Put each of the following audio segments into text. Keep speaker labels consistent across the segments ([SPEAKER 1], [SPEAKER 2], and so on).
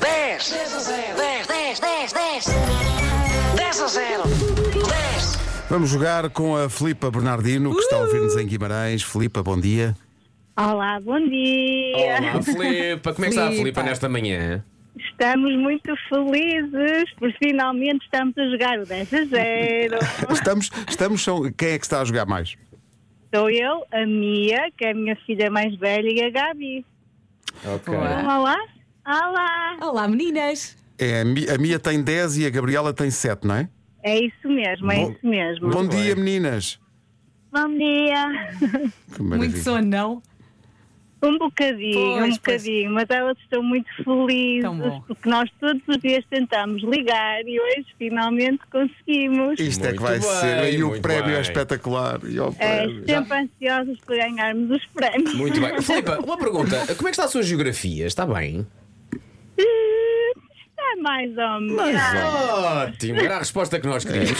[SPEAKER 1] 10, 10 a 0. 10, 10, 10, 10. 10 a 0. 10.
[SPEAKER 2] Vamos jogar com a Filipa Bernardino, que está a ouvir-nos
[SPEAKER 3] Uh!
[SPEAKER 2] em Guimarães. Filipa, bom dia.
[SPEAKER 4] Olá, bom dia!
[SPEAKER 5] Olá, Filipa, como é que está a Filipa nesta manhã?
[SPEAKER 4] Estamos muito felizes, por finalmente estamos a jogar o 10 a 0.
[SPEAKER 2] Estamos, estamos são, quem é que está a jogar mais?
[SPEAKER 4] Sou eu, a Mia, que é a minha filha mais velha, e a Gabi.
[SPEAKER 5] Ok.
[SPEAKER 3] Olá.
[SPEAKER 4] Olá! Olá!
[SPEAKER 3] Olá, meninas!
[SPEAKER 2] É, a Mi- a Mia tem 10 e a Gabriela tem 7, não é?
[SPEAKER 4] É isso mesmo, é isso mesmo.
[SPEAKER 2] Bom
[SPEAKER 5] bem.
[SPEAKER 2] dia, meninas.
[SPEAKER 4] Bom dia!
[SPEAKER 2] Que maravilha.
[SPEAKER 3] Muito sono, não?
[SPEAKER 4] Um bocadinho,
[SPEAKER 3] Pois,
[SPEAKER 4] um bocadinho, mas elas estão muito
[SPEAKER 3] Tão bom.
[SPEAKER 4] felizes porque nós todos os dias tentamos ligar e hoje finalmente conseguimos.
[SPEAKER 2] Isto é que vai
[SPEAKER 5] Muito bem,
[SPEAKER 2] ser. E o
[SPEAKER 5] muito
[SPEAKER 2] prémio é
[SPEAKER 5] bem.
[SPEAKER 2] espetacular. E o
[SPEAKER 4] É,
[SPEAKER 2] prémio.
[SPEAKER 4] sempre ansiosos por ganharmos os prémios.
[SPEAKER 5] Muito bem. Filipa, uma pergunta. Como é que está a sua geografia? Está bem?
[SPEAKER 4] Está É mais ou menos.
[SPEAKER 5] Ótimo. Era a resposta que nós queríamos.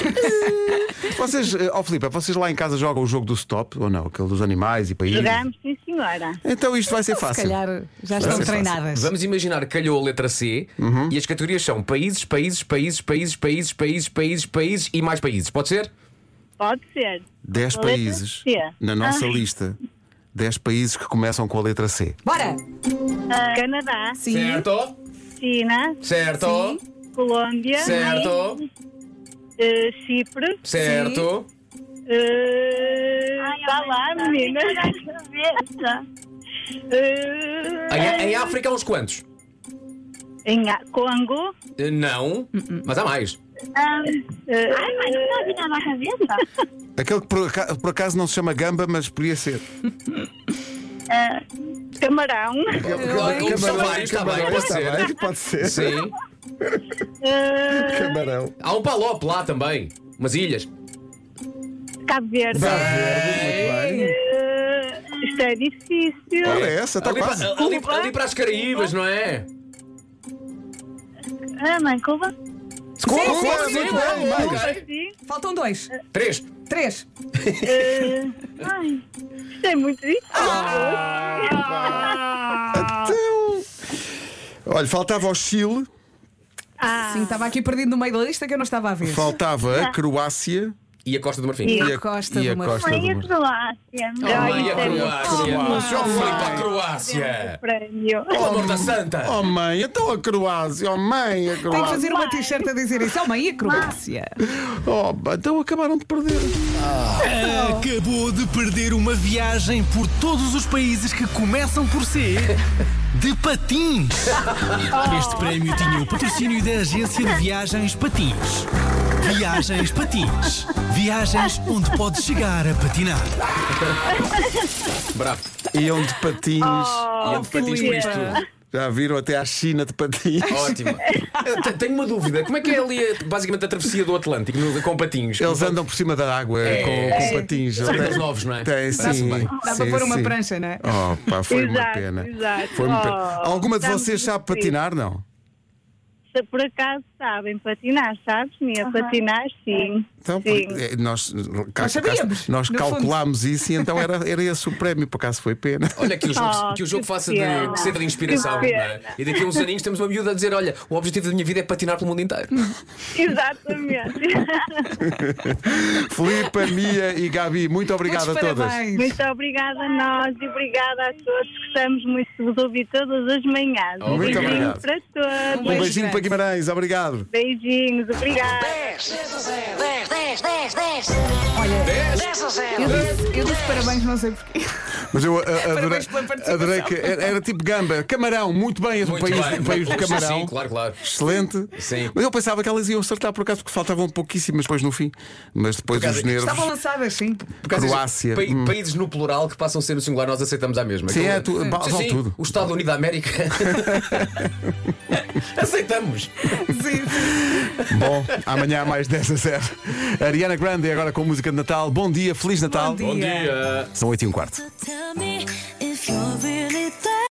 [SPEAKER 2] Vocês, eh, ó Filipa, vocês lá em casa jogam o jogo do stop ou não? Aquele dos animais e países?
[SPEAKER 4] Jogamos, sim, senhora.
[SPEAKER 2] Então isto vai ser
[SPEAKER 3] Se
[SPEAKER 2] fácil.
[SPEAKER 3] calhar já
[SPEAKER 2] ser
[SPEAKER 3] estão
[SPEAKER 2] fácil.
[SPEAKER 3] treinadas.
[SPEAKER 5] Vamos imaginar que calhou a letra C e as categorias são países, países, países, países, países, países, países, países e mais países. Pode ser?
[SPEAKER 4] Pode ser.
[SPEAKER 2] 10
[SPEAKER 4] A letra
[SPEAKER 2] países
[SPEAKER 4] C.
[SPEAKER 2] na nossa
[SPEAKER 4] Ah.
[SPEAKER 2] lista. 10 países que começam com a letra C.
[SPEAKER 3] Bora!
[SPEAKER 4] Ah. Canadá,
[SPEAKER 3] Sim.
[SPEAKER 4] China,
[SPEAKER 5] Certo.
[SPEAKER 4] Colômbia,
[SPEAKER 5] Certo.
[SPEAKER 4] eh, Chipre.
[SPEAKER 5] Certo.
[SPEAKER 4] eh, Está lá, meninas. Eh,
[SPEAKER 5] Em, em África há uns quantos?
[SPEAKER 4] Em A- Congo.
[SPEAKER 5] Eh, Não.
[SPEAKER 3] Uh-uh.
[SPEAKER 5] Mas há mais.
[SPEAKER 4] eh,
[SPEAKER 2] Aquele que por aca- por acaso, não se chama Gamba, mas podia ser.
[SPEAKER 4] Eh, Camarão.
[SPEAKER 5] Claro, são vários, está bem, pode
[SPEAKER 2] está
[SPEAKER 5] ser.
[SPEAKER 2] bem, pode ser.
[SPEAKER 5] Sim.
[SPEAKER 4] eh,
[SPEAKER 2] Camarão.
[SPEAKER 5] Há um palop lá também. Umas ilhas.
[SPEAKER 4] Cabo Verde. eh, Isto é difícil.
[SPEAKER 2] Olha essa, está
[SPEAKER 5] ali, pa-
[SPEAKER 2] quase.
[SPEAKER 5] ali- ali para as Caraíbas, não é?
[SPEAKER 4] Ah, mãe, Cuba.
[SPEAKER 2] Cuba,
[SPEAKER 3] sim,
[SPEAKER 2] Cuba,
[SPEAKER 3] sim,
[SPEAKER 2] muito
[SPEAKER 3] sim.
[SPEAKER 2] bem, mais.
[SPEAKER 5] Ok.
[SPEAKER 4] Sim.
[SPEAKER 3] Faltam dois.
[SPEAKER 5] Três.
[SPEAKER 3] Três.
[SPEAKER 4] Eh, ai, isto é muito difícil.
[SPEAKER 2] Ah, Então, Olha, faltava o Chile,
[SPEAKER 4] Ah,
[SPEAKER 3] Sim, estava aqui perdido no meio da lista que eu não estava a ver.
[SPEAKER 2] faltava a Croácia
[SPEAKER 5] E a Costa do Marfim.
[SPEAKER 2] e
[SPEAKER 3] a
[SPEAKER 2] a,
[SPEAKER 3] Costa
[SPEAKER 2] e a
[SPEAKER 3] do Marfim.
[SPEAKER 2] Costa do Marfim.
[SPEAKER 4] é Croácia.
[SPEAKER 5] Ah,
[SPEAKER 4] Ai,
[SPEAKER 5] e a
[SPEAKER 4] isto é muito
[SPEAKER 5] Croácia. Só fui para a
[SPEAKER 4] bom
[SPEAKER 5] Croácia.
[SPEAKER 4] prémio.
[SPEAKER 5] Pelo amor da santa.
[SPEAKER 2] Oh mãe, então a Croácia, oh mãe, a
[SPEAKER 3] Tem que
[SPEAKER 2] Croácia.
[SPEAKER 3] fazer uma t-shirt a dizer isso. É uma e a Croácia.
[SPEAKER 2] Oh, então acabaram de perder.
[SPEAKER 6] Acabou de perder uma viagem por todos os países que começam por C de patins. Este prémio tinha o patrocínio da agência de viagens Patins. Viagens Patins. Viagens onde pode chegar a patinar.
[SPEAKER 2] Oh.
[SPEAKER 5] Bravo.
[SPEAKER 2] Iam de patins.
[SPEAKER 5] e a de patins por isto tudo.
[SPEAKER 2] Já viram até à China de patins.
[SPEAKER 5] Ótimo. Eu te- Tenho uma dúvida. Como é que é ali, a- basicamente, a travessia do Atlântico no- com patins?
[SPEAKER 2] Eles andam por cima da água com, com patins.
[SPEAKER 5] É, São
[SPEAKER 2] Tem-
[SPEAKER 5] aqueles novos, não é?
[SPEAKER 2] Tem,
[SPEAKER 5] Parece-me
[SPEAKER 2] sim.
[SPEAKER 5] bem.
[SPEAKER 3] Dá para
[SPEAKER 2] Sim,
[SPEAKER 3] pôr uma
[SPEAKER 2] sim.
[SPEAKER 3] prancha, não é?
[SPEAKER 2] Oh, pá, foi uma
[SPEAKER 4] Exato,
[SPEAKER 2] pena.
[SPEAKER 4] exato.
[SPEAKER 2] Foi uma pena.
[SPEAKER 4] Oh,
[SPEAKER 2] Alguma de
[SPEAKER 4] estamos
[SPEAKER 2] vocês sabe
[SPEAKER 4] muito tristes.
[SPEAKER 2] patinar, não?
[SPEAKER 4] Se por acaso sabem patinar, sabes, minha? Patinar, sim.
[SPEAKER 2] Então,
[SPEAKER 4] sim.
[SPEAKER 2] eh, nós, cá- cá-
[SPEAKER 3] sabíamos,
[SPEAKER 2] nós
[SPEAKER 3] no
[SPEAKER 2] calculámos isso e então era, era esse o prémio, por acaso foi pena.
[SPEAKER 5] Olha, que o jogo,
[SPEAKER 4] Oh,
[SPEAKER 5] que o jogo
[SPEAKER 4] que
[SPEAKER 5] faça de,
[SPEAKER 4] pena.
[SPEAKER 5] que seja de inspiração.
[SPEAKER 4] Que
[SPEAKER 5] não é?
[SPEAKER 4] pena.
[SPEAKER 5] E daqui a uns aninhos temos uma miúda a dizer: Olha, o objetivo da minha vida é patinar pelo mundo inteiro.
[SPEAKER 2] Um
[SPEAKER 4] Exatamente.
[SPEAKER 2] Filipe, Mia e Gabi, muito obrigado
[SPEAKER 3] Muitos
[SPEAKER 2] a todas.
[SPEAKER 3] parabéns.
[SPEAKER 4] muito obrigada a nós e obrigada a todos que estamos muito vos ouvir todas as manhãs. Um
[SPEAKER 5] Muito
[SPEAKER 4] beijinho
[SPEAKER 2] obrigado.
[SPEAKER 4] para todos.
[SPEAKER 2] Um
[SPEAKER 3] Beijo
[SPEAKER 2] beijinho
[SPEAKER 3] grande.
[SPEAKER 2] para Guimarães, obrigado.
[SPEAKER 4] Beijinhos, obrigada.
[SPEAKER 1] 10 a 0. 10, 10, 10, 10.
[SPEAKER 3] Olha,
[SPEAKER 1] 10 a 0.
[SPEAKER 3] eu disse, eu disse parabéns, não sei porquê.
[SPEAKER 2] Mas eu a- a- adorei,
[SPEAKER 3] Parabéns pela participação.
[SPEAKER 2] adorei que era, era tipo gamba, camarão, muito bem, o
[SPEAKER 5] Muito
[SPEAKER 2] país,
[SPEAKER 5] bem.
[SPEAKER 2] o país do
[SPEAKER 5] Sim,
[SPEAKER 2] camarão.
[SPEAKER 5] Sim, claro, claro.
[SPEAKER 2] Excelente.
[SPEAKER 5] Sim.
[SPEAKER 2] Mas eu pensava que elas iam acertar por acaso, porque faltavam pouquíssimas depois no fim. Mas depois
[SPEAKER 5] acaso,
[SPEAKER 2] os nervos.
[SPEAKER 3] Estavam lançadas, sim.
[SPEAKER 5] Quer dizer,
[SPEAKER 2] Croácia.
[SPEAKER 5] pa-
[SPEAKER 2] hum.
[SPEAKER 5] Países no plural que passam a ser no singular, nós aceitamos à mesma.
[SPEAKER 2] Sim,
[SPEAKER 5] Aquilo-
[SPEAKER 2] é, tu- vale
[SPEAKER 5] sim, sim,
[SPEAKER 2] tudo.
[SPEAKER 5] O Estado Unido da América. aceitamos.
[SPEAKER 3] Sim, sim.
[SPEAKER 2] Bom, amanhã há mais 10 a 0. Ariana Grande agora com música de Natal. Bom dia, Feliz Natal.
[SPEAKER 3] Bom dia.
[SPEAKER 5] Bom dia.
[SPEAKER 2] São 8 e um quarto.
[SPEAKER 7] So tell me if you're real.